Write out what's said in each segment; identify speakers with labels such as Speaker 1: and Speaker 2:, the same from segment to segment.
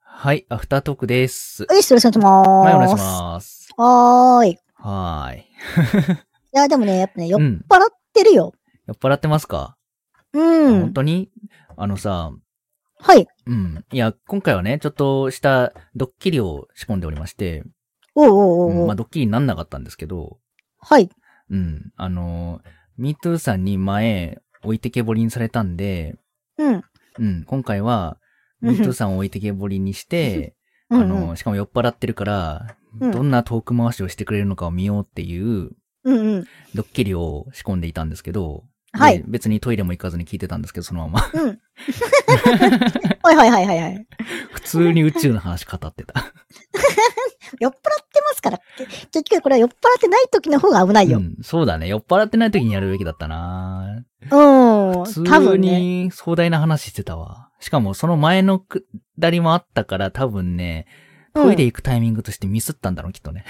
Speaker 1: はい、アフタートークです。
Speaker 2: はい、失礼します。
Speaker 1: はい、お願いし
Speaker 2: す。
Speaker 1: ます。
Speaker 2: はーい。い
Speaker 1: はーい。
Speaker 2: や、でもね、やっぱね、酔っ
Speaker 1: う
Speaker 2: 払っ
Speaker 1: ん。
Speaker 2: てるよ。
Speaker 1: 酔っ払ってますか、
Speaker 2: う
Speaker 1: 本
Speaker 2: ん。
Speaker 1: 当にあのさ、
Speaker 2: はい。
Speaker 1: うん。いや、今回はね、ちょっとしたドッキリを仕込んでおりまして、
Speaker 2: おうおうお
Speaker 1: うん
Speaker 2: うおう
Speaker 1: まあ、ドッキリになんなかったんですけど、
Speaker 2: はい。
Speaker 1: うん。あの、MeToo さんに前、置いてけぼりにされたんで、
Speaker 2: うん。
Speaker 1: うん、今回は、
Speaker 2: うん
Speaker 1: MeToo さんを置いてけぼりにして、
Speaker 2: うん
Speaker 1: あの、しかも酔っ払ってるから、
Speaker 2: うん
Speaker 1: どんなトーク回しをしてくれるのかを見ようっていう、
Speaker 2: うんうん。うん。
Speaker 1: ドッキリを仕込んでいたんですけど、
Speaker 2: はい
Speaker 1: で別にトイレも行かずに聞いてたんですけど、そのまま。
Speaker 2: うん。はいはいはいはいはい。
Speaker 1: 普通に宇宙の話語ってた。
Speaker 2: 酔っ払ってますから。結局これは酔っ払ってない時の方が危ないよ。
Speaker 1: う、
Speaker 2: うん。
Speaker 1: そうだね。酔っ払ってない時にやるべきだったなん
Speaker 2: 多
Speaker 1: 普通
Speaker 2: 分ね。
Speaker 1: に壮大な話してたわ。しかもその前のくだりもあったから多分ね、トイレ行くタイミングとしてミスったんだろう、きっとね。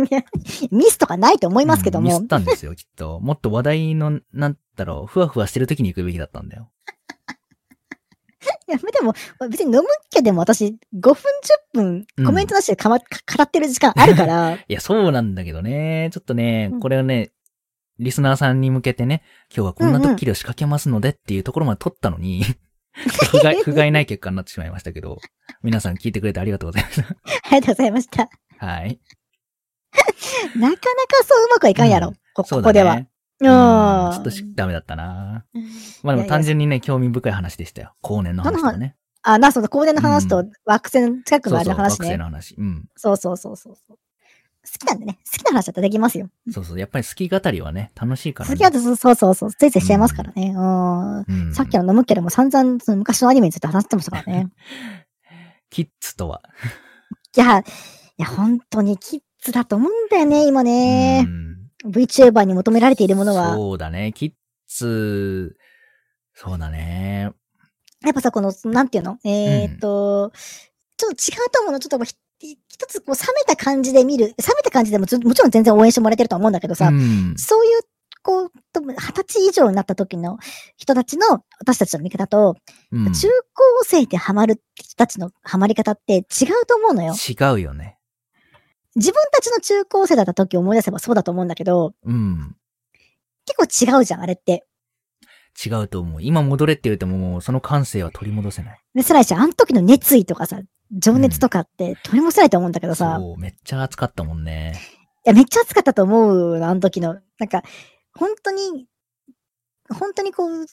Speaker 2: ミスとかないと思いますけど
Speaker 1: うんミス
Speaker 2: も
Speaker 1: っ。たんですよ、きっと。もっと話題の、なんだろう、ふわふわしてる時に行くべきだったんだよ。
Speaker 2: いやでも、別に飲むっけでも私、5分10
Speaker 1: うん
Speaker 2: 分コメントなしでかま、か語ってる時間ある から。
Speaker 1: いや、そうなんだけどね。ちょっとね
Speaker 2: う、ん
Speaker 1: これをね、リスナーさんに向けてね、今日はこんなドッキリを仕掛けますのでっていうところまで撮ったのに、 不甲斐、不甲斐ない結果になってしまいましたけど、皆さん聞いてくれてありがとうございました。
Speaker 2: ありがとうございました。
Speaker 1: はい。
Speaker 2: なかなかそううまくはいかんやろ。
Speaker 1: うん
Speaker 2: こ
Speaker 1: そう
Speaker 2: こ
Speaker 1: だ
Speaker 2: こ
Speaker 1: ね。
Speaker 2: では。
Speaker 1: うん。ちょっと
Speaker 2: うん
Speaker 1: しダメだったな
Speaker 2: うん。
Speaker 1: まあで
Speaker 2: いやい
Speaker 1: も
Speaker 2: や
Speaker 1: 単純にね、興味深い話でしたよ。後年の話とかね。
Speaker 2: あ、な、その高年の話
Speaker 1: う
Speaker 2: と惑星の近く
Speaker 1: そ
Speaker 2: の
Speaker 1: う
Speaker 2: あれ
Speaker 1: そう、
Speaker 2: の話
Speaker 1: 学生
Speaker 2: ね
Speaker 1: の。話。うん。
Speaker 2: そうそうそうそうそう。好きなんでね、好きな話だったらできますよ。
Speaker 1: そうそう、やっぱり好き語りはね、楽しいからね。
Speaker 2: 好きだとそうそうそうそう、ついついしちゃいますからね。うん。
Speaker 1: うん
Speaker 2: さっきの飲むけども散々その昔のアニメについて話してましたからね。
Speaker 1: キッズとは。
Speaker 2: いや、いや、本当にキッズだと思うんだよね、今ね
Speaker 1: う。ん
Speaker 2: VTuber に求められているものは。
Speaker 1: そうだね。キッズ、そうだね。
Speaker 2: やっぱさ、この、なんていうのえーっと、ちょっと違うと思うの、ちょっともうひ一つこう冷めた感じで見る、冷めた感じでもずもちろん全然応援してもらえてるとは思うんだけどさ、
Speaker 1: うん、
Speaker 2: そういう、こう、多分二十歳以上になった時の人たちの、私たちの見方と、
Speaker 1: うん
Speaker 2: 中高生でハマる人たちのハマり方って違うと思うのよ。
Speaker 1: 違うよね。
Speaker 2: 自分たちの中高生だった時を思い出せばそうだと思うんだけど、
Speaker 1: うん。
Speaker 2: 結構違うじゃん、あれって。
Speaker 1: 違うと思う。今戻れって言うても、もうその感性は取り戻せない。
Speaker 2: で、すらいし、あの時の熱意とかさ、情熱とかって取り戻せないと思うんだけどさ、い
Speaker 1: そう、めっちゃ熱かったもんね。
Speaker 2: や、めっちゃ熱かったと思うの、あの時の。なんか、本当に、本当にこう、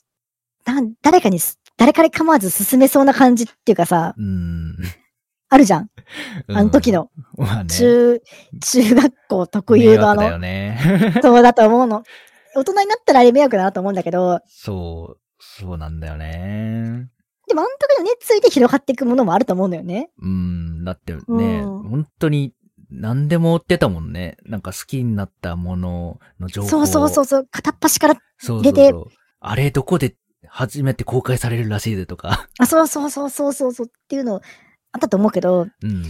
Speaker 2: なん誰かにす、誰かに構わず進めそうな感じっていうかさ、
Speaker 1: うん。
Speaker 2: あるじゃん。あの時の。
Speaker 1: うん。 まあね。
Speaker 2: 中、中学校特有のあ
Speaker 1: 迷惑だよ
Speaker 2: の、
Speaker 1: ね。
Speaker 2: そうだと思うの。大人になったらあれ迷惑だなと思うんだけど、
Speaker 1: そう、そうなんだよね。
Speaker 2: でもあの時の熱意で広がっていくものもあると思うんだよね。
Speaker 1: うん。だってね、
Speaker 2: うん
Speaker 1: 本当に、何でも追ってたもんね。なんか好きになったものの情報を
Speaker 2: そうそうそうそう、片っ端から、
Speaker 1: そうそう
Speaker 2: 入れ
Speaker 1: そ
Speaker 2: て
Speaker 1: う。あれどこで初めて公開されるらしいでとか。
Speaker 2: あ、そうそうそうそうそうそうっていうのあったと思うけど、
Speaker 1: うん。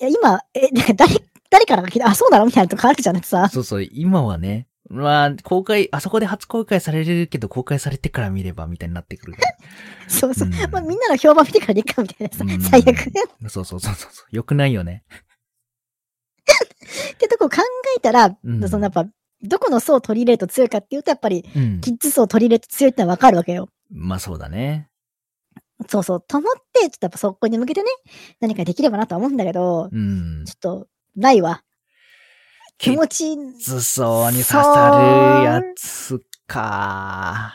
Speaker 2: いや今、え、 なんか誰、誰からが聞いた、あ、そうなのみたいなとこあるじゃなくてさ。
Speaker 1: そうそう、今はね、まあ、公開、あそこで初公開されるけど、公開されてから見れば、みたいになってくるか
Speaker 2: そうそう。
Speaker 1: うん
Speaker 2: まあみんなの評判見てからでいいかみたいなさ
Speaker 1: うん、
Speaker 2: 最悪。
Speaker 1: ら。そうそうそうそうそう。よくないよね。
Speaker 2: ってとこ考えたら、
Speaker 1: うん
Speaker 2: そのやっぱ、どこの層を取り入れると強いかっていうと、やっぱり、
Speaker 1: うん
Speaker 2: キ。ッズ層を取り入れると強いってのはわかるわけよ。
Speaker 1: まあそうだね。
Speaker 2: そうそう、と思って、ちょっとやっぱそこに向けてね、何かできればなとは思うんだけど、
Speaker 1: うん
Speaker 2: ちょ。っと、ないわ。気
Speaker 1: き
Speaker 2: 持ち、
Speaker 1: つそうに刺さるやつか。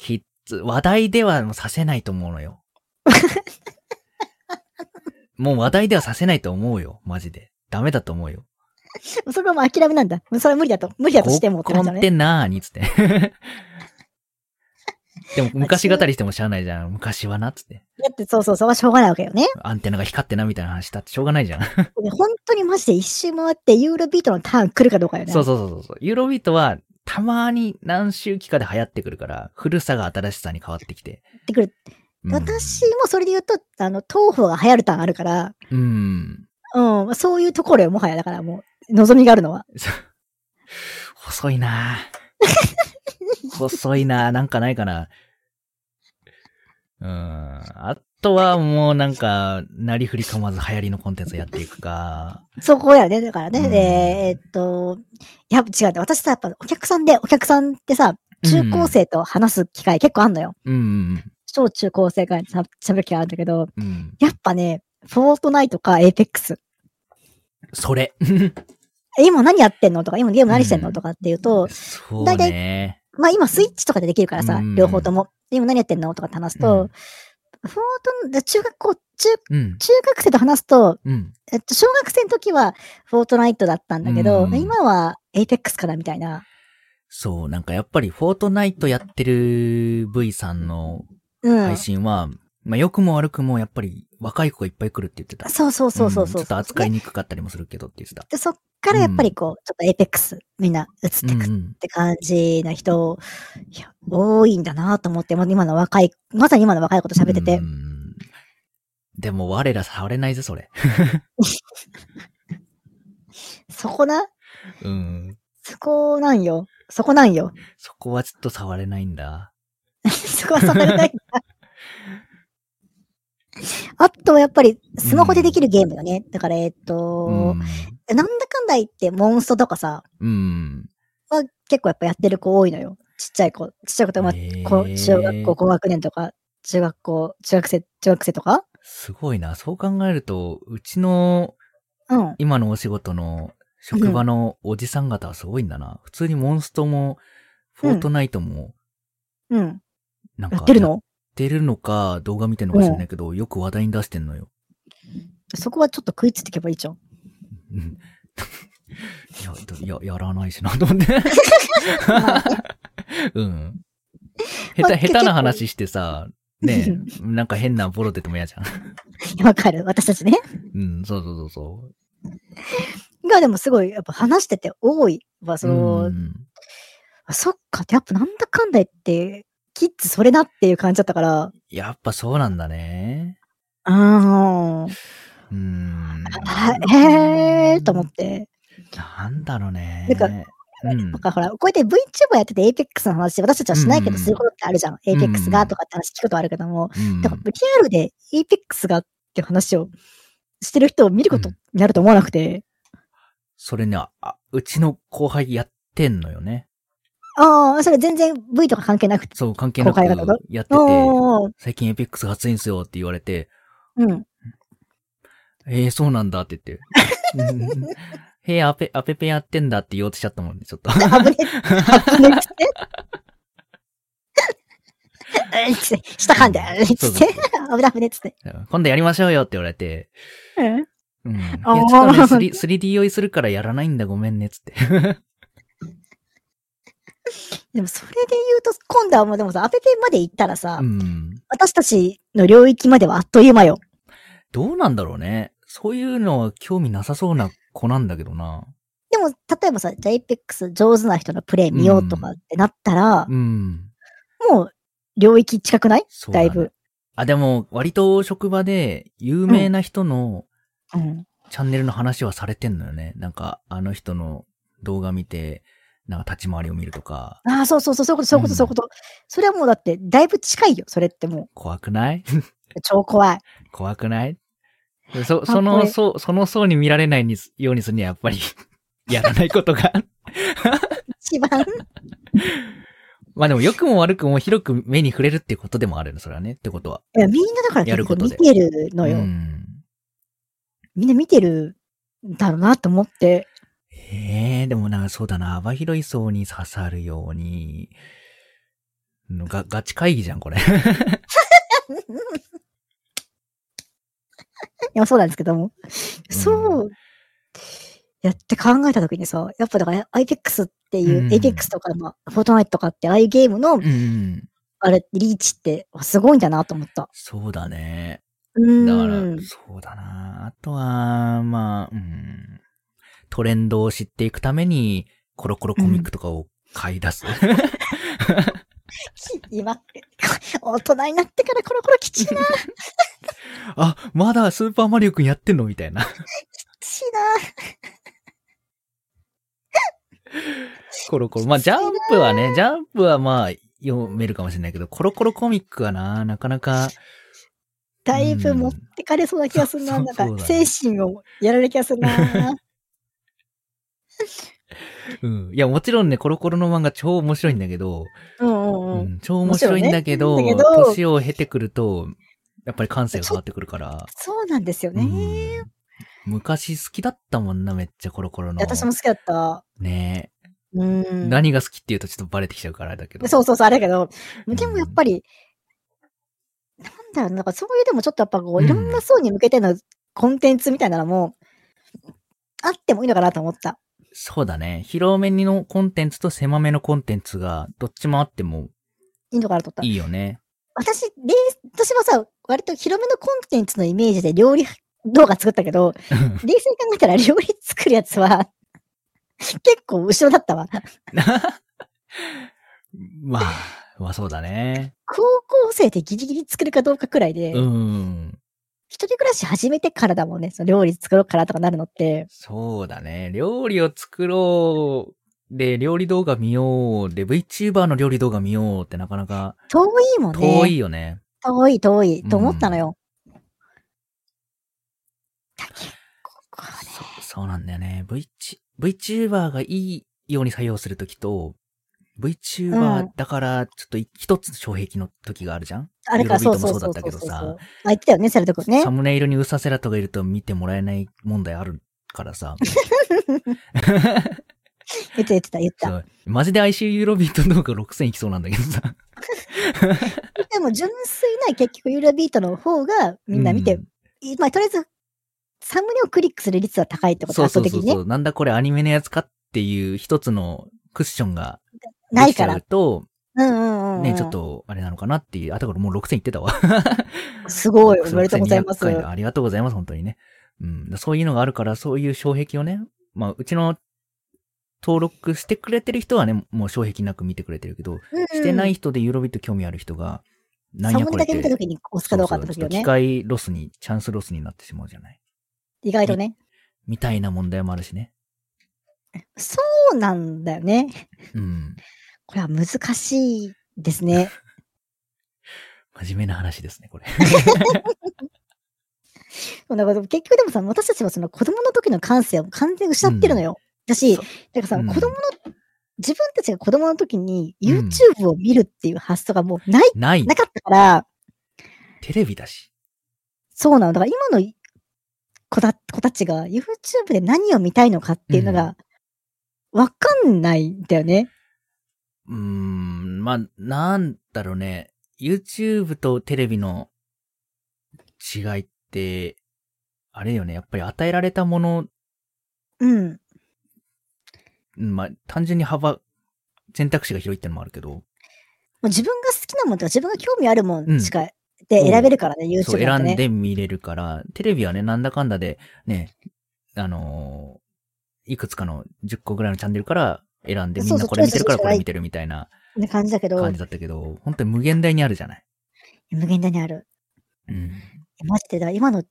Speaker 1: きっつ、話題ではもう刺せないと思うの よ。もう話題では刺せないと思うよ、マジで。ダメだと思うよ。
Speaker 2: それはもう諦めなんだ。もうそれは無理だと。無理だとしてもって
Speaker 1: 合コ
Speaker 2: 感じ
Speaker 1: ン
Speaker 2: だ
Speaker 1: っ
Speaker 2: ね。
Speaker 1: てなーに、つって。 でも、昔語りしてもしゃあないじゃん。昔はな、つって。
Speaker 2: だってそうそう、それはしょうがないわけよね。
Speaker 1: アンテナが光ってな、みたいな話したってしょうがないじゃん。
Speaker 2: で本当にマジで一周回ってユーロビートのターン来るかどうかよね。
Speaker 1: そうそうそうそうそう。ユーロビートは、たまに何周期かで流行ってくるから、古さが新しさに変わってきて。
Speaker 2: ってくる。
Speaker 1: うん
Speaker 2: 私もそれで言うと、あの、東方が流行るターンあるから、
Speaker 1: うん。
Speaker 2: うん、そういうところよ、もはや。だからもう、望みがあるのは。
Speaker 1: そう細い なぁ細いなぁなんかないかな。うん。あとはもうなんか、なりふり構わず流行りのコンテンツやっていくか。
Speaker 2: そこやね。だからね、
Speaker 1: うん
Speaker 2: でえーっと、いや、違うね。私さ、やっぱお客さんで、お客さんってさ、中高生と話す機会結構あんのよ。
Speaker 1: うん。
Speaker 2: 小中高生からしゃ喋る機会あるんだけど、
Speaker 1: うん。
Speaker 2: やっぱね、フォートナイトかエイペックス。
Speaker 1: それ。
Speaker 2: え今何やってんのとか、今ゲーム何してんの、
Speaker 1: うん
Speaker 2: とかっていうと、
Speaker 1: そう
Speaker 2: 大
Speaker 1: ね。
Speaker 2: まあ今スイッチとかでできるからさ、
Speaker 1: うん
Speaker 2: 両方とも。で今何やってんのとかって話すと、
Speaker 1: うん
Speaker 2: フォートで、中学校、中、
Speaker 1: うん。
Speaker 2: 中学生と話すと、
Speaker 1: うん。
Speaker 2: えっと、小学生の時はフォートナイトだったんだけど、
Speaker 1: うん
Speaker 2: 今はエイペックスからみたいな。
Speaker 1: そう、なんかやっぱりフォートナイトやってる V さんの
Speaker 2: うん。
Speaker 1: 配信は、まあ良くも悪くもやっぱり若い子がいっぱい来るって言ってた。
Speaker 2: そうそうそうそうそう。
Speaker 1: んちょっと扱いにくかったりもするけどって言ってた。
Speaker 2: で、そっからやっぱりこう、ちょっとエイペックスみんな移って
Speaker 1: う
Speaker 2: く
Speaker 1: んう
Speaker 2: っ
Speaker 1: ん。
Speaker 2: て感じな人、いや、多いんだなと思って、もう今の若い、まさに今の若い子と喋ってて
Speaker 1: う、んでも我ら触れないぜ、それ。
Speaker 2: そこな、
Speaker 1: うん。
Speaker 2: そこなんよ。そこなんよ。
Speaker 1: そこはちょっと触れないんだ。
Speaker 2: そこはそんなにないん だ。あとはやっぱり、スマホでできるゲームだね。だから、えっ
Speaker 1: う
Speaker 2: と、
Speaker 1: ん。
Speaker 2: なんだかんだ言って、モンストとかさ、
Speaker 1: うん。
Speaker 2: は結構やっぱやってる子多いのよ。ちっちゃい子。ちっちゃい子と、まあ、こ
Speaker 1: へ
Speaker 2: う
Speaker 1: え
Speaker 2: 小学校高学年とか、中学校、中学生、中学生とか
Speaker 1: すごいな。そう考えると、うちの
Speaker 2: うん。
Speaker 1: 今のお仕事の職場のおじさん方はすごいんだな。普通にモンストも、フォートナイトも、
Speaker 2: うん。
Speaker 1: なんか、
Speaker 2: やってるの
Speaker 1: やってるのか、動画見てるのか知らないけど、よく話題に出してんのよ。
Speaker 2: そこはちょっと食いついていけばいいじゃん。
Speaker 1: うんいや、どや、やらないしな、と思って。うん。下
Speaker 2: まあ
Speaker 1: 手、
Speaker 2: け
Speaker 1: 下手な話してさ、ねえ、
Speaker 2: う
Speaker 1: なんか変なボロ出ても嫌じゃん。
Speaker 2: わかる。私たちね。
Speaker 1: うん、そうそうそうそ
Speaker 2: が、でもすごい、やっぱ話してて多いわ、
Speaker 1: う。
Speaker 2: その、
Speaker 1: うん
Speaker 2: あそっか、やっぱなんだかんだ言って、キッズそれなっていう感じだったから、
Speaker 1: やっぱそうなんだね。
Speaker 2: うーん。
Speaker 1: うん。
Speaker 2: あへえーと思って。
Speaker 1: なんだろうね。
Speaker 2: なんか
Speaker 1: うん
Speaker 2: なん。かほら、こうやって VTuber やってて APEX の話、私たちはしないけ
Speaker 1: うん
Speaker 2: どすることってあるじゃん。APEX がとかって話聞くことあるけども、
Speaker 1: うん
Speaker 2: だからリアルで APEX がっていう話をしてる人を見ることになると思わなくて、
Speaker 1: それね、あうちの後輩やってんのよね。
Speaker 2: ああ、それ全然 V とか関係なくて。
Speaker 1: そう、関係なく
Speaker 2: 後輩方が
Speaker 1: やってて、
Speaker 2: おー
Speaker 1: 最近エピックス熱いんすよって言われて、
Speaker 2: うん。
Speaker 1: ええそうなんだって言 って。うんへえ、アペ、アペペやってんだって言おうとしちゃったもんね、ちょっと。
Speaker 2: 危ねえ。危ねえっつって。下噛んで、えっ
Speaker 1: そ
Speaker 2: つ
Speaker 1: う
Speaker 2: っ
Speaker 1: そ
Speaker 2: て
Speaker 1: う。
Speaker 2: 危ない危ねえっつって。
Speaker 1: 今度やりましょうよって言われて。
Speaker 2: うん
Speaker 1: うん。いや、ち
Speaker 2: あー
Speaker 1: ょっとね、3- 3D 酔いするからやらないんだ、ごめんね、つって。
Speaker 2: でもそれで言うと、今度はもうでもさ、アペペまで行ったらさ、
Speaker 1: うん。
Speaker 2: 私たちの領域まではあっという間よ。
Speaker 1: どうなんだろうね。そういうのは興味なさそうな子なんだけどな。
Speaker 2: でも、例えばさ、じゃあ APEX 上手な人のプレイ見ようとかってなったら、
Speaker 1: うん。
Speaker 2: もう領域近くない
Speaker 1: そう
Speaker 2: だ
Speaker 1: ね
Speaker 2: いぶ。。
Speaker 1: あ、でも、割と職場で有名な人の
Speaker 2: うん。
Speaker 1: チャンネルの話はされてんのよね。なんか、あの人の動画見て、なんか立ち回りを見るとか、
Speaker 2: ああ、そうそうそう、そういうこと、そういうこ
Speaker 1: うん
Speaker 2: と、そういうこと。それはもうだって、だいぶ近いよ、それっても。
Speaker 1: 怖くないう
Speaker 2: 超怖い。
Speaker 1: 怖くないそ、そ
Speaker 2: あこ
Speaker 1: の、
Speaker 2: れ
Speaker 1: そう、その層に見られないにすようにするには、やっ ぱり、やらないことが。
Speaker 2: 一番。
Speaker 1: まあでも、良くも悪くも広く目に触れるっていうことでもあるの、それはね。ってことは。
Speaker 2: いやみんなだから
Speaker 1: やる
Speaker 2: 結
Speaker 1: こ
Speaker 2: 局
Speaker 1: と
Speaker 2: 見
Speaker 1: で
Speaker 2: てるのよ。
Speaker 1: うん。
Speaker 2: みんな見てるんだろうなと思って。
Speaker 1: ええでもな、そうだな、幅広い層に刺さるように、のが、ガチ会議じゃん、これ。
Speaker 2: いや、そうなんですけども。そう。やって考えたときにさ、やっぱだから IPEX っていうう、
Speaker 1: ん
Speaker 2: APEX とか、まあ、フォートナイトとかって、ああいうゲームの
Speaker 1: う、ん。
Speaker 2: あれ、リーチって、すごいんだなと思った。
Speaker 1: そうだね。
Speaker 2: うーん。
Speaker 1: だから、そうだな。あとは、まあ、うん。トレンドを知っていくために、コロコロコミックとかを買い出す。
Speaker 2: 今、大人になってからコロコロきちいな、き
Speaker 1: あ、まだスーパーマリオくんやってんのみたい な。
Speaker 2: ちいな。
Speaker 1: コロコロ。まあ、ジャンプはね、ジャンプはまあ、読めるかもしれないけど、コロコロコミックはな、なかなか、
Speaker 2: だいぶ持ってかれそうな気がするな。
Speaker 1: うん
Speaker 2: な
Speaker 1: そ
Speaker 2: んか
Speaker 1: う、そうだ
Speaker 2: 精
Speaker 1: ね
Speaker 2: 神をやられる気がするな。
Speaker 1: うん。いや、もちろんね、コロコロの漫画超面白いんだけど、
Speaker 2: うん う
Speaker 1: うん
Speaker 2: うん。
Speaker 1: ん、超面白いんだけど、
Speaker 2: 面白いねだけど
Speaker 1: 年を経てくると、やっぱり感性が変わってくるから。
Speaker 2: そうなんですよね。
Speaker 1: うん昔好きだったもんな、めっちゃコロコロの。
Speaker 2: 私も好きだった。
Speaker 1: ね
Speaker 2: うん。
Speaker 1: 何が好きっていうとちょっとバレてきちゃうからあれだけど。
Speaker 2: そうそうそう、あれだけど、でもやっぱり、なんだろうな、なんかそういうでもちょっとやっぱこ
Speaker 1: う
Speaker 2: う、
Speaker 1: ん
Speaker 2: いろんな層に向けてのコンテンツみたいなのも、あってもいいのかなと思った。
Speaker 1: そうだね。広めのコンテンツと狭めのコンテンツが、どっちもあっても
Speaker 2: いいのかなと思った。
Speaker 1: いいよね。
Speaker 2: 私、レー私はさ、割と広めのコンテンツのイメージで料理動画作ったけ ど、冷静に考えたら料理作るやつは、結構後ろだったわ。
Speaker 1: まあ、まあそうだね。
Speaker 2: 高校生でギリギリ作るかどうかくらいで、
Speaker 1: うん。
Speaker 2: 一人暮らし始めてからだもんね、その料理作ろうからとかなるのって。
Speaker 1: そうだね。料理を作ろう。で、料理動画見よう。で、VTuber の料理動画見ようってなかなか
Speaker 2: 遠いもんね。
Speaker 1: 遠いよね。
Speaker 2: 遠い遠いと思ったのよ。だけどここはね
Speaker 1: そそうなんだよね。VT、VTuber がいいように採用するときと、
Speaker 2: う
Speaker 1: VTuber
Speaker 2: ん
Speaker 1: だから、ちょっと一つの障壁の時があるじゃん
Speaker 2: あれから
Speaker 1: ユ
Speaker 2: そ
Speaker 1: ーロ
Speaker 2: う
Speaker 1: ビート
Speaker 2: そ
Speaker 1: も
Speaker 2: うそう
Speaker 1: そうだったけ
Speaker 2: そう
Speaker 1: ど
Speaker 2: そ
Speaker 1: さ
Speaker 2: うあ、言ってたよね、そういうとこね
Speaker 1: サ。ムネイルにウサセラとかいると見てもらえない問題あるからさ。
Speaker 2: 言ってた言ってた言って
Speaker 1: そうマジで IC ユーロビートの動画6000いきそうなんだけどさ。
Speaker 2: た。でも純粋な結局ユーロビートの方がみんな見て、
Speaker 1: うん
Speaker 2: まあとりあえずサムネをクリックする率は高いってこと
Speaker 1: そう
Speaker 2: 圧
Speaker 1: そ
Speaker 2: 倒
Speaker 1: うそ
Speaker 2: 的
Speaker 1: う
Speaker 2: にね
Speaker 1: そ。う。なんだこれアニメのやつかっていう一つのクッションが
Speaker 2: な
Speaker 1: で
Speaker 2: い
Speaker 1: きち
Speaker 2: か
Speaker 1: ゃ
Speaker 2: ら
Speaker 1: う。と、
Speaker 2: うんうんうん。
Speaker 1: ね、ちょっ。とあれなのかなっていう。あ、だからもう6000いってたわ。
Speaker 2: すごい、おめでとうございます。。
Speaker 1: 6200回だありがとうございます、本当にね。うん。そういうのがあるから、そういう障壁をね、まあ、うちの登録してくれてる人はね、もう障壁なく見てくれてるけど、してないい人でユーロビット興味ある人が、なん
Speaker 2: サ
Speaker 1: や
Speaker 2: ム
Speaker 1: こ
Speaker 2: ネ
Speaker 1: れ
Speaker 2: だ
Speaker 1: って
Speaker 2: け見たときに押すかどうかって
Speaker 1: そうそ
Speaker 2: 時
Speaker 1: う
Speaker 2: よ
Speaker 1: ちょっと機
Speaker 2: ね。
Speaker 1: 械ロスに、チャンスロスになってしまうじゃない。
Speaker 2: 意外とね。
Speaker 1: みたいな問題もあるしね。
Speaker 2: そうなんだよね。
Speaker 1: うん。
Speaker 2: これは難しいですね。
Speaker 1: 真面目な話ですね、これ。
Speaker 2: そうだから結局でもさ、私たちはその子供の時の感性を完全に失ってるのよ。だし、
Speaker 1: そう
Speaker 2: だからさ、
Speaker 1: うん
Speaker 2: 子供の、自分たちが子供の時に
Speaker 1: うん
Speaker 2: YouTube を見るっていう発想がもうない、
Speaker 1: ない
Speaker 2: な。かったから、
Speaker 1: テレビだし。
Speaker 2: そうなの。だから今の子だ子たちが YouTube で何を見たいのかっていうのが、わかんないんだよね。
Speaker 1: うーん、まあ、なんだろうね。YouTube とテレビの違いって、あれよね。やっぱり与えられたもの、
Speaker 2: うん。
Speaker 1: うんまあ、単純に幅、選択肢が広いってのもあるけど、
Speaker 2: もう自分が好きなもんとか自分が興味あるも
Speaker 1: うん
Speaker 2: んしか、で選べるからね、
Speaker 1: そう
Speaker 2: YouTube だっ
Speaker 1: 選ん
Speaker 2: てね。
Speaker 1: で見れるから、テレビはね、なんだかんだで、ね、あのーいくつかの10個ぐらいのチャンネルから選んで、みん
Speaker 2: そう
Speaker 1: な
Speaker 2: そう
Speaker 1: これ見てるから
Speaker 2: チョ
Speaker 1: こ
Speaker 2: イスしかな
Speaker 1: れ
Speaker 2: い
Speaker 1: 見てるみたいな
Speaker 2: な感じだけど
Speaker 1: 感、じだったけど、本当に無限大にあるじゃない。
Speaker 2: 無限大にある。
Speaker 1: うん。
Speaker 2: マジで、だから今の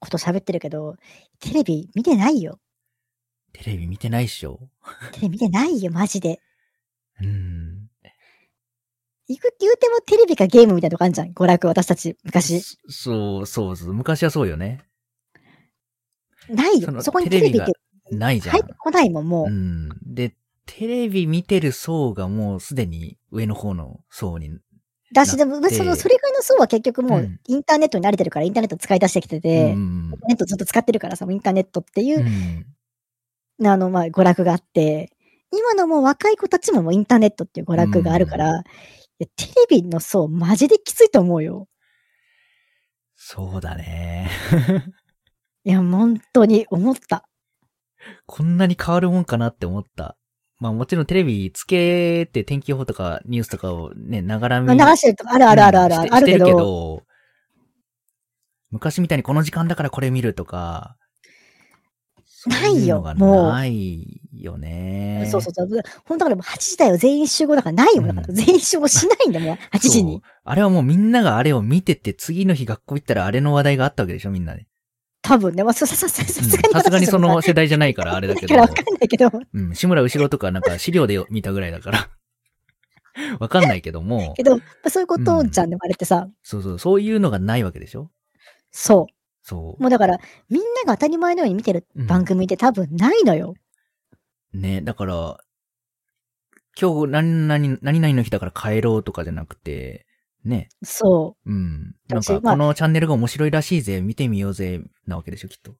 Speaker 2: こと喋ってるけど、テレビ見てないよ。
Speaker 1: テレビ見てないっしょ。
Speaker 2: テレビ見てないよ、マジで。
Speaker 1: うん。
Speaker 2: いく言うてもテレビかゲームみたいなとこあるじゃん。娯楽、私たち、昔。
Speaker 1: そそう、そうそう。昔はそうよね。
Speaker 2: ない
Speaker 1: そ
Speaker 2: よ。
Speaker 1: の
Speaker 2: そこに
Speaker 1: テ
Speaker 2: テ
Speaker 1: レ
Speaker 2: レ
Speaker 1: ビ
Speaker 2: ビ
Speaker 1: が
Speaker 2: って
Speaker 1: ないじゃん
Speaker 2: 入っ。てこないもん、もう。
Speaker 1: うん。で、テレビ見てる層がもうすでに上の方の層に。
Speaker 2: だし、
Speaker 1: だ
Speaker 2: で
Speaker 1: っ
Speaker 2: も、
Speaker 1: て
Speaker 2: その、それぐらいの層は結局も
Speaker 1: う
Speaker 2: うんインターネットに慣れてるから、インターネット使い出してきて
Speaker 1: う
Speaker 2: て、イン
Speaker 1: ん。
Speaker 2: ターネットずっと使ってるからさ、インターネットっていうう、
Speaker 1: ん。
Speaker 2: あの、まあ、娯楽があって、今のもう若い子たちももうインターネットっていう娯楽があるから、いやテレビの層、マジできついと思うよ。
Speaker 1: そうだね。
Speaker 2: いや、本当に思った。
Speaker 1: こんなに変わるもんかなって思った。まあもちろんテレビつけて天気予報とかニュースとかをね、ながら見
Speaker 2: まあ、流してるとかあるあるあるあるあ
Speaker 1: うんし
Speaker 2: る
Speaker 1: て
Speaker 2: ある
Speaker 1: して
Speaker 2: け
Speaker 1: るけ
Speaker 2: ど、
Speaker 1: ど、昔みたいにこの時間だからこれ見るとか、
Speaker 2: ない
Speaker 1: そう
Speaker 2: よ
Speaker 1: うのが
Speaker 2: もう
Speaker 1: ないよね。
Speaker 2: そうそうそう。本当だからもう8時台は全員集合だからないよ。
Speaker 1: うん
Speaker 2: だから全員集合しないんだもん、8時
Speaker 1: そう
Speaker 2: に。。
Speaker 1: あれはもうみんながあれを見てて、次の日学校行ったらあれの話題があったわけでしょ、みんなで。
Speaker 2: 多分ね、まあ、ささささ
Speaker 1: う ん
Speaker 2: すがに私たちも
Speaker 1: さすがにその
Speaker 2: さ、
Speaker 1: 世代じゃないからあれだけ
Speaker 2: だ
Speaker 1: ど
Speaker 2: から、わかんないけど、
Speaker 1: うん、志村後ろとかなんか資料で見たぐらいだから。 わかんないけども
Speaker 2: け、ど、まあそういうことじゃ、
Speaker 1: うん
Speaker 2: でもあれってさ、
Speaker 1: そうそう、そういうのがないわけでしょ
Speaker 2: そ。
Speaker 1: そう
Speaker 2: もうだから、みんなが当たり前のように見てる
Speaker 1: う。うん
Speaker 2: 番組って多分ないのよ。
Speaker 1: ね、だから、今日何々、何々の日だから帰ろうとかじゃなくて、ね、
Speaker 2: そ
Speaker 1: うん。なん
Speaker 2: 私
Speaker 1: か、
Speaker 2: ま
Speaker 1: こ
Speaker 2: あ
Speaker 1: のチャンネルが面白いらしいぜ、見てみようぜ、なわけでしょ、きっと。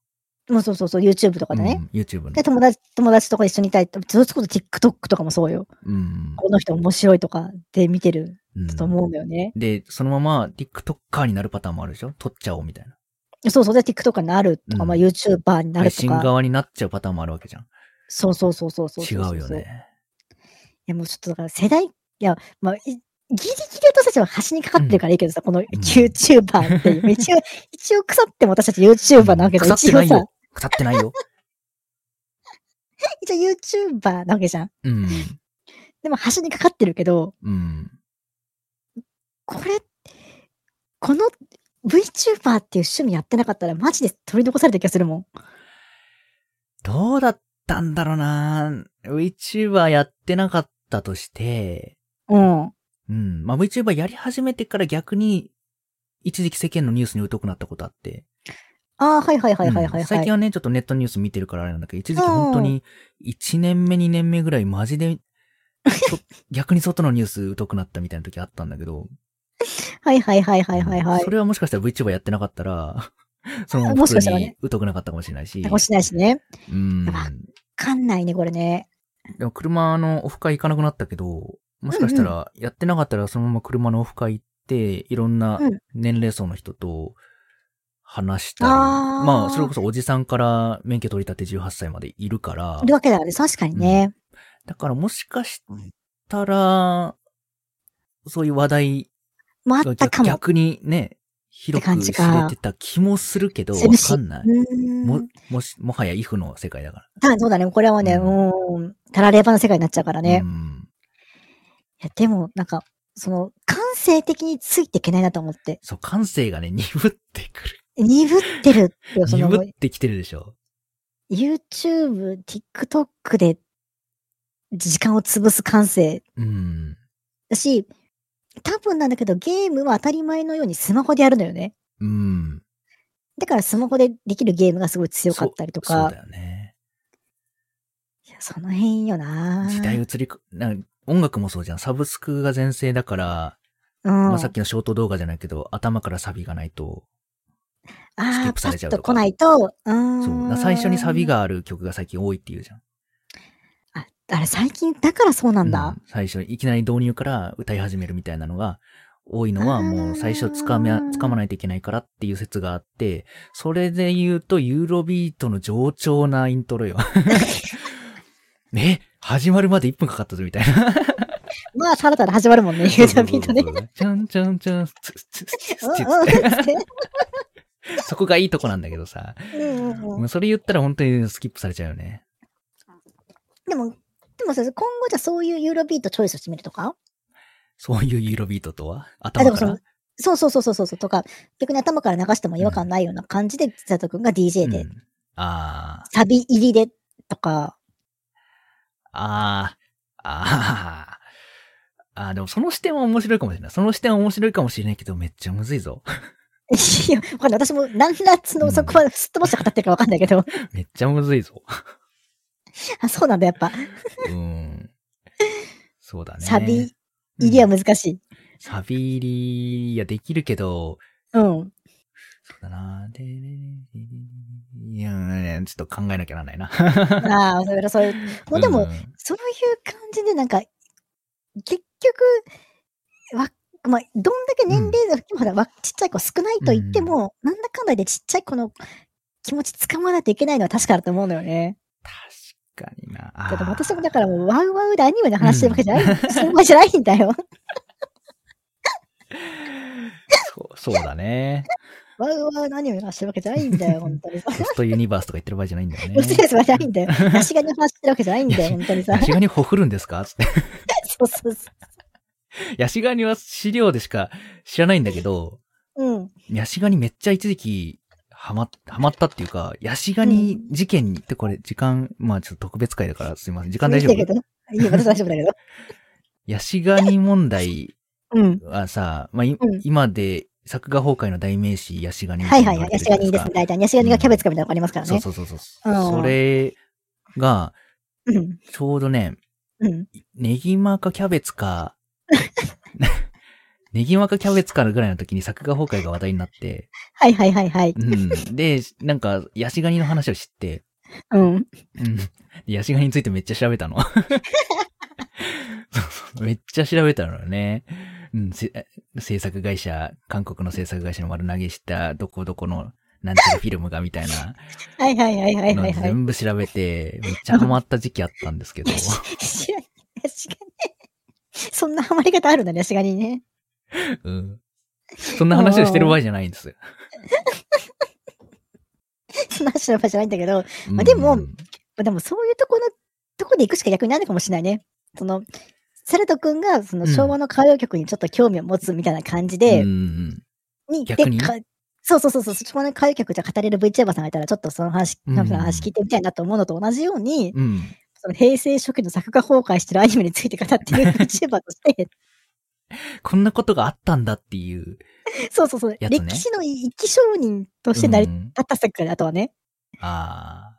Speaker 2: う。もうそうそうそう、YouTube とかでね。
Speaker 1: うん、YouTube の
Speaker 2: で、。友達、友達とか一緒にいたいと、それこそ TikTok とかもそうよ。
Speaker 1: うん。
Speaker 2: この人面白いとかで見てる
Speaker 1: うん
Speaker 2: と思うんだよね。
Speaker 1: で、そのまま TikToker になるパターンもあるでしょ撮っちゃおうみたいな。
Speaker 2: そうそう、で TikToker になるとか、
Speaker 1: うん
Speaker 2: まあ YouTuber にな
Speaker 1: 配
Speaker 2: ると
Speaker 1: 信
Speaker 2: か。
Speaker 1: 側になっちゃうパターンもあるわけじゃん。
Speaker 2: そうそうそうそうそう
Speaker 1: 違
Speaker 2: そう
Speaker 1: よ。ね。
Speaker 2: いや、もうちょっとだから世代、いや、まあ、いギリギリ私たちは端にかかってるからいいけどさ、この YouTuber っ ていう、一応、一応腐っても私たち YouTuber なわけ
Speaker 1: う
Speaker 2: だ
Speaker 1: ん腐って
Speaker 2: 一
Speaker 1: な
Speaker 2: 応
Speaker 1: い
Speaker 2: さ
Speaker 1: よ、。腐ってないよ。
Speaker 2: 一応 YouTuber なわけじゃん。
Speaker 1: うん。
Speaker 2: でも端にかかってるけど、
Speaker 1: うん。
Speaker 2: これ、この VTuber っていう趣味やってなかったらマジで取り残された気がするもん。
Speaker 1: どうだったんだろうな VTuber やってなかったとして、
Speaker 2: うん。
Speaker 1: うん。まあ、VTuber やり始めてから逆に、一時期世間のニュースに疎くなったことあって。
Speaker 2: ああ、はいはいはいはいはい、は
Speaker 1: う
Speaker 2: い
Speaker 1: ん最近はね、ちょっとネットニュース見てるからあれなんだけど、一時期本当に1年目、2年目ぐらいマジ で、そ逆に外のニュース疎くなったみたいな時あったんだけど、
Speaker 2: はいはいはいはいはいはい
Speaker 1: そ。れはもしかしたら VTuber やってなかったら、 その
Speaker 2: も
Speaker 1: 普
Speaker 2: しかし
Speaker 1: 通
Speaker 2: たら
Speaker 1: に
Speaker 2: ね
Speaker 1: 疎くなかったかもしれないし、
Speaker 2: なんかしないしね。
Speaker 1: うん。
Speaker 2: わわかんないね、これね。
Speaker 1: でも車のオフ会行かなくなったけど、もしかしたらやってなかったらそのまま車のオフ会行って、いろんな
Speaker 2: うん
Speaker 1: 年齢層の人と話したり、
Speaker 2: あー
Speaker 1: まあそれこそおじさんから免許取り立て18歳までいるから
Speaker 2: い、るわけだからね、確かにね。
Speaker 1: だからもしかしたら、そういう話題
Speaker 2: もあ
Speaker 1: が
Speaker 2: った
Speaker 1: 逆
Speaker 2: かも。
Speaker 1: 逆にね、広く
Speaker 2: 感
Speaker 1: 知
Speaker 2: じ
Speaker 1: れ
Speaker 2: か
Speaker 1: てた気もするけど、わ
Speaker 2: セブシ。
Speaker 1: かんないう
Speaker 2: ーん
Speaker 1: も、もし、もはやイフの世界だから。
Speaker 2: たそうだね。これはもうね、
Speaker 1: うん
Speaker 2: もう、たらればの世界になっちゃうからね。
Speaker 1: う
Speaker 2: い
Speaker 1: ん
Speaker 2: やでも、なんか、その、感性的についていけないなと思って。
Speaker 1: そう、感性がね、 鈍ってくる。
Speaker 2: 鈍ってるっていう、その、
Speaker 1: 鈍ってきてるでしょ。
Speaker 2: YouTube、TikTok で、時間を潰す感性
Speaker 1: うん。
Speaker 2: だし、多分なんだけど、ゲームは当たり前のようにスマホでやるのよね。
Speaker 1: うん。
Speaker 2: だからスマホでできるゲームがすごい強かったりと
Speaker 1: そう
Speaker 2: か、
Speaker 1: だよね。
Speaker 2: いやその辺よな
Speaker 1: 時代移りか、なんか音楽もそうじゃん。サブスクが全盛だから、
Speaker 2: うん。
Speaker 1: まあさっきのショート動画じゃないけど、頭からサビがないと、スキ
Speaker 2: あ
Speaker 1: ッ
Speaker 2: あ、
Speaker 1: プ
Speaker 2: パ
Speaker 1: されちゃう
Speaker 2: ッ
Speaker 1: と
Speaker 2: と
Speaker 1: か
Speaker 2: 来ないと、う
Speaker 1: そ
Speaker 2: ー
Speaker 1: う。
Speaker 2: ん。
Speaker 1: な最初にサビ。がある曲が最近多いっていうじゃん。
Speaker 2: ああれ最近、だからそうなんだ。
Speaker 1: うん最初、いきなり導入から歌い始めるみたいなのが多いのは、
Speaker 2: あー
Speaker 1: もう最初つかめ、つかまないといけないからっていう説があって、それで言うと、ユーロビートの上調なイントロよ。 え始まるまで1分かかったぞ、みたいな。
Speaker 2: まあ、ただただ始まるもんね、ユーザービートね。
Speaker 1: ちゃんちゃんちゃん、つつつつ
Speaker 2: うん
Speaker 1: つ
Speaker 2: うん
Speaker 1: そこがいいとこなんだけどさ。
Speaker 2: うんうんう
Speaker 1: も
Speaker 2: ん
Speaker 1: うそれ言ったら本当にスキップされちゃうよね。
Speaker 2: でも、でもさ、今後じゃあそういうユーロビートチョイスしてみるとか
Speaker 1: そういうユーロビートとは
Speaker 2: あ、で
Speaker 1: 頭
Speaker 2: も
Speaker 1: か
Speaker 2: そ
Speaker 1: ら
Speaker 2: の。、そうそうそうそうそうそうとか、逆に頭から流しても違和感ないような感じで、佐藤くんが DJ で、
Speaker 1: うんあー。
Speaker 2: サビ入りでとか、
Speaker 1: ああ、ああ、ああ、でもその視点は面白いかもしれない。その視点は面白いかもしれないけど、めっちゃむずいぞ。
Speaker 2: いや、わかんない。私も、なんらその、そこはすっ飛ばして語ってるかわかんないけど、
Speaker 1: めっちゃむずいぞ。
Speaker 2: あ、そうなんだ、やっぱ。
Speaker 1: うん。そうだね。
Speaker 2: サビ入りは
Speaker 1: うん
Speaker 2: 難しい。
Speaker 1: サビ入り、いや、できるけど、
Speaker 2: うん。
Speaker 1: そうだな。で、いや、ちょっと考えなきゃならない な。
Speaker 2: ああ、それそういう。もうでも
Speaker 1: ん、
Speaker 2: そういう感じで、なんか、結局、わまあ、どんだけ年齢が、ほらわちっちゃい子少ないと言っても、なんだかんだでちっちゃい子の気持ちつかまないといけないのは確かだと思うのよね。
Speaker 1: 確かにな。あー
Speaker 2: けど私もだからもう、ワウワウでアニメの話してるわけじゃない、そういうわけじゃないんだよ。
Speaker 1: そう、そうだね。
Speaker 2: ワウワウのアニメの話してるわけじゃないんだよ、本当 にさ。
Speaker 1: ロストユニバースとか言ってる場合じゃないんだよね。
Speaker 2: うるせえじゃない んだよ。足しがに話してるわけじゃないんだよ、本当にさ
Speaker 1: ヤ。シ ガニほふるんですかつって。
Speaker 2: そうそうそ
Speaker 1: ヤシガニは資料でしか知らないんだけど、
Speaker 2: う。うん。
Speaker 1: ヤシガニめっちゃ一時期、ハマ、ハマったっていうか、ヤシガニ事件ってこれ時間、まあちょっと特別会だからすいません。時間大丈
Speaker 2: いいんだ
Speaker 1: 夫
Speaker 2: けど。いいよ、私大丈夫だけど。
Speaker 1: ヤシガニ問題
Speaker 2: うん。
Speaker 1: はさ、まあ、い
Speaker 2: うん
Speaker 1: 今で作画崩壊の代名詞、ヤシガニみ
Speaker 2: は
Speaker 1: た
Speaker 2: い
Speaker 1: いなの
Speaker 2: はい
Speaker 1: があ
Speaker 2: は
Speaker 1: る
Speaker 2: い。ヤ
Speaker 1: じ
Speaker 2: シ
Speaker 1: ゃな
Speaker 2: ガ
Speaker 1: いで
Speaker 2: ニ
Speaker 1: すか
Speaker 2: ですね。大体、ヤシガニがキャベツかみたいなのがありますから
Speaker 1: そう
Speaker 2: ね。
Speaker 1: そうそうそう。
Speaker 2: うん
Speaker 1: それが、
Speaker 2: うん。
Speaker 1: ちょうどね、
Speaker 2: うん。
Speaker 1: ネギマかキャベツか、 ネギマかキャベツかぐらいの時に作画崩壊が話題になって、
Speaker 2: はいはいはいはい。
Speaker 1: うん。で、なんか、ヤシガニの話を知って、
Speaker 2: うん。
Speaker 1: うん。でヤシガニについてめっちゃ調べたの。 そうそうめっちゃ調べたのよね。うん、せ制作会社、韓国の制作会社の丸投げした、どこどこの、なんちゃらフィルムがみたいな
Speaker 2: はいはいはいはい
Speaker 1: の
Speaker 2: はい、はい。
Speaker 1: 全部調べて、めっちゃハマった時期あったんです けど。
Speaker 2: 知らないヤシガニ。そんなハマり方あるんだね、ヤシガニね。
Speaker 1: うん。そんな話をしてる場合じゃないんですよ。
Speaker 2: そんな話の場じゃないんだけ ど、ま
Speaker 1: うん
Speaker 2: あでもあでもそういうとこの、とこに行くしか逆にないのかもしれないね。その、セルト君がその昭和の歌謡曲にちょっと興味を持つみたいな感じで、
Speaker 1: うんうん
Speaker 2: に、
Speaker 1: 逆に
Speaker 2: でかそうそうそうそう、昭和の歌謡曲じゃ語れる VTuber さんがいたら、ちょっとその話、
Speaker 1: うん
Speaker 2: なんか話聞いてみたいなと思うのと同じように、
Speaker 1: うん。
Speaker 2: その平成初期の作画崩壊してるアニメについて語ってる VTuber として、
Speaker 1: こんなことがあったんだっていう。
Speaker 2: そうそうそう、
Speaker 1: やつね
Speaker 2: 歴史の生き証人として成り
Speaker 1: う
Speaker 2: 立
Speaker 1: ん
Speaker 2: った作家だとはね。
Speaker 1: ああ。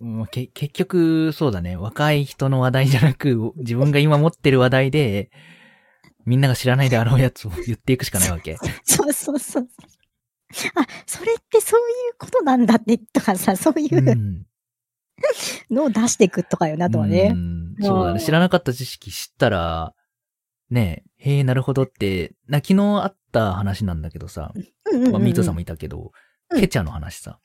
Speaker 1: もうけ結局、そうだね。若い人の話題じゃなく、自分が今持ってる話題で、みんなが知らないであろうやつを言っていくしかないわけ。。
Speaker 2: そうそうそう。あ、それってそういうことなんだって、とかさ、そういううんのを出していくとかよな、とは
Speaker 1: う
Speaker 2: ね。
Speaker 1: んそうだ
Speaker 2: うん
Speaker 1: ね。知らなかった知識知ったら、ねえ、へえ、なるほどって、な、昨日あった話なんだけどさ、
Speaker 2: うんうんうん、
Speaker 1: ま
Speaker 2: う
Speaker 1: あ、ミートさん
Speaker 2: ん。
Speaker 1: もいたけど、
Speaker 2: うん
Speaker 1: ケチャの話さ、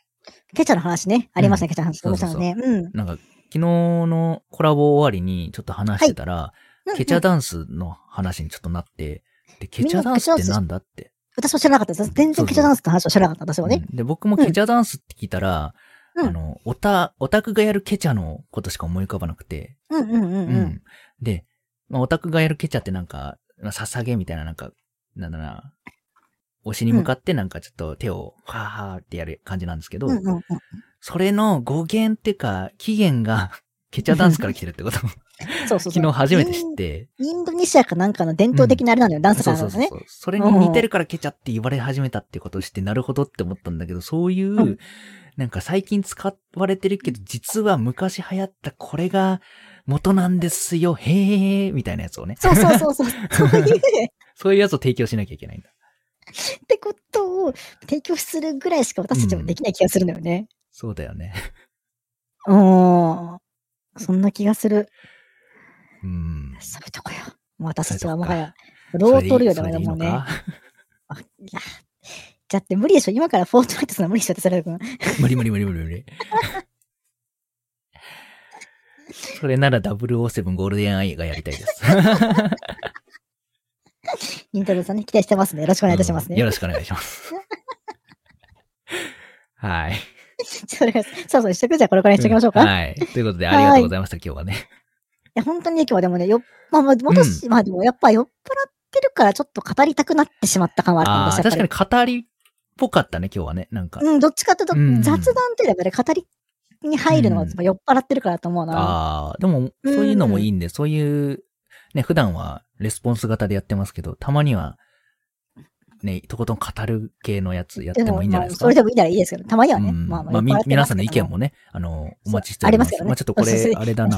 Speaker 2: ケチャの話ね。ありましたね、ケチャの話。
Speaker 1: そうそうそう
Speaker 2: ありましたね。うん。
Speaker 1: なんか、昨日のコラボ終わりにちょっと話してたら、
Speaker 2: うんうん
Speaker 1: ケチャダンスの話にちょっとなって、で、ケチャダンスってなんだって。
Speaker 2: 私は知らなかったです。全
Speaker 1: そうそ
Speaker 2: 然
Speaker 1: う
Speaker 2: ケチャダンスの話は知らなかった、私はね。
Speaker 1: うんで、僕もケチャダンスって聞いたら、
Speaker 2: うん
Speaker 1: あの、オタ、オタクがやるケチャのことしか思い浮かばなくて、
Speaker 2: うんうんうん
Speaker 1: う
Speaker 2: うん。
Speaker 1: ん。で、まあ、オタクがやるケチャってなんか、まあ、捧げみたいな、なんか、なんだろうな、お尻に向かってなんかちょっと手を、はーはーってやる感じなんですけど、
Speaker 2: うんうんうん、
Speaker 1: それの語源ってか、起源が、ケチャダンスから来てるってこと
Speaker 2: そうそうそう
Speaker 1: 昨日初めて知って、
Speaker 2: インインドネシアかなんかの伝統的なあれなんだよ、ダンスか
Speaker 1: そう
Speaker 2: な
Speaker 1: そ
Speaker 2: ん
Speaker 1: う
Speaker 2: か
Speaker 1: そうそ。う。
Speaker 2: ね
Speaker 1: それに似てるからケチャって言われ始めたってことをして、なるほどって思ったんだけど、そういう、
Speaker 2: うん
Speaker 1: なんか最近使われてるけど、実は昔流行ったこれが元なんですよ、へー、みたいなやつをね。
Speaker 2: そうそうそうそう。そういう、っ
Speaker 1: そういうやつを提供しなきゃいけないんだ。
Speaker 2: てことを提供するぐらいしか私たちもできない気がするんだよね。
Speaker 1: そうだよ ね。
Speaker 2: うん。そんな気がする。
Speaker 1: うん。
Speaker 2: そういうとこよ。もう私たちは
Speaker 1: そういう
Speaker 2: も
Speaker 1: とこ
Speaker 2: は
Speaker 1: か
Speaker 2: や、ロートルよ
Speaker 1: そ
Speaker 2: だ
Speaker 1: れで
Speaker 2: から
Speaker 1: いい
Speaker 2: もう
Speaker 1: の
Speaker 2: ね。
Speaker 1: か
Speaker 2: いや、じゃって無理でしょ。今からフォートナイトするの無理でしょって、それ君。
Speaker 1: 無理無理無理無理 無理。それなら007ゴールデンアイがやりたいです。
Speaker 2: インタビューさんね、期待してますね。よろしくお願いいたします
Speaker 1: うんよ
Speaker 2: ね。
Speaker 1: ろしくお願いします。はい。
Speaker 2: それ、そうそう、しとくじゃあこれからにしときましょうか。い
Speaker 1: はい。ということで、ありがとうございました、今日はね。
Speaker 2: や、本当にね今日はでもね、よっ、まあ、まあ、元し、まあでもやっぱ酔っ払ってるからちょっと語りたくなってしまった感はあ
Speaker 1: ああ、
Speaker 2: ったんです
Speaker 1: 確かに語りっぽかったね、今日はね。なんか。
Speaker 2: うん、どっちかというと、
Speaker 1: うん
Speaker 2: 雑談というよりはね語りに入るのはやっぱ酔っ払ってるからと思うな。
Speaker 1: ああ、でも、そういうのもいいんで、そういう、ね、普段はレスポンス型でやってますけど、たまには、ね、とことん語る系のやつやってもいいんじゃないですか。
Speaker 2: まあそれでもいいならいいですけど、たまにはね。
Speaker 1: うん
Speaker 2: まあまあ、
Speaker 1: み
Speaker 2: 酔っ払って
Speaker 1: 皆さんの意見
Speaker 2: も
Speaker 1: もね、あの、お待ちして
Speaker 2: あ
Speaker 1: お
Speaker 2: り
Speaker 1: り
Speaker 2: ま
Speaker 1: ますす。
Speaker 2: からね。
Speaker 1: まあちょっとこ
Speaker 2: そうそう
Speaker 1: れ、
Speaker 2: そう
Speaker 1: あれだ な。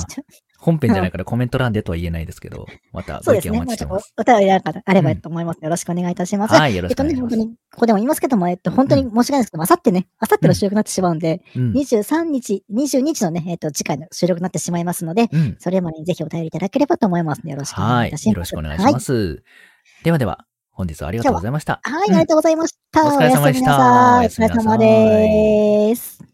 Speaker 1: 本編じゃないからコメント欄でとは言えないですけど、またご
Speaker 2: そう
Speaker 1: 意
Speaker 2: です
Speaker 1: 見お
Speaker 2: ね。も
Speaker 1: 待
Speaker 2: う
Speaker 1: ちし
Speaker 2: ち
Speaker 1: て
Speaker 2: ょっ
Speaker 1: ま
Speaker 2: と
Speaker 1: す。
Speaker 2: お便りなんかあればと思います。よろしくお願いいたします。
Speaker 1: はい、よろ
Speaker 2: えっ
Speaker 1: しく
Speaker 2: と
Speaker 1: お願いし
Speaker 2: ね、
Speaker 1: ま
Speaker 2: 本当
Speaker 1: す。
Speaker 2: に、ここでも言いますけども、えっと、本当に申し訳ないですけども、あさってね、あさっての収録になってしまうんで、
Speaker 1: うん。
Speaker 2: 23日、22日のね、えっと、次回の収録になってしまいますので、
Speaker 1: うん。
Speaker 2: それまでにぜひお便りいただければと思います。よろしくお願
Speaker 1: はい
Speaker 2: いい
Speaker 1: い
Speaker 2: た、します。
Speaker 1: よろしくお願いしま
Speaker 2: はい。
Speaker 1: す。ではでは、本日はありがとうございました。
Speaker 2: はい、ありがとうございました。
Speaker 1: うんお疲れ様でした
Speaker 2: おやすみなさ
Speaker 1: お
Speaker 2: いお
Speaker 1: やすみな
Speaker 2: 疲れ
Speaker 1: さい
Speaker 2: 様です。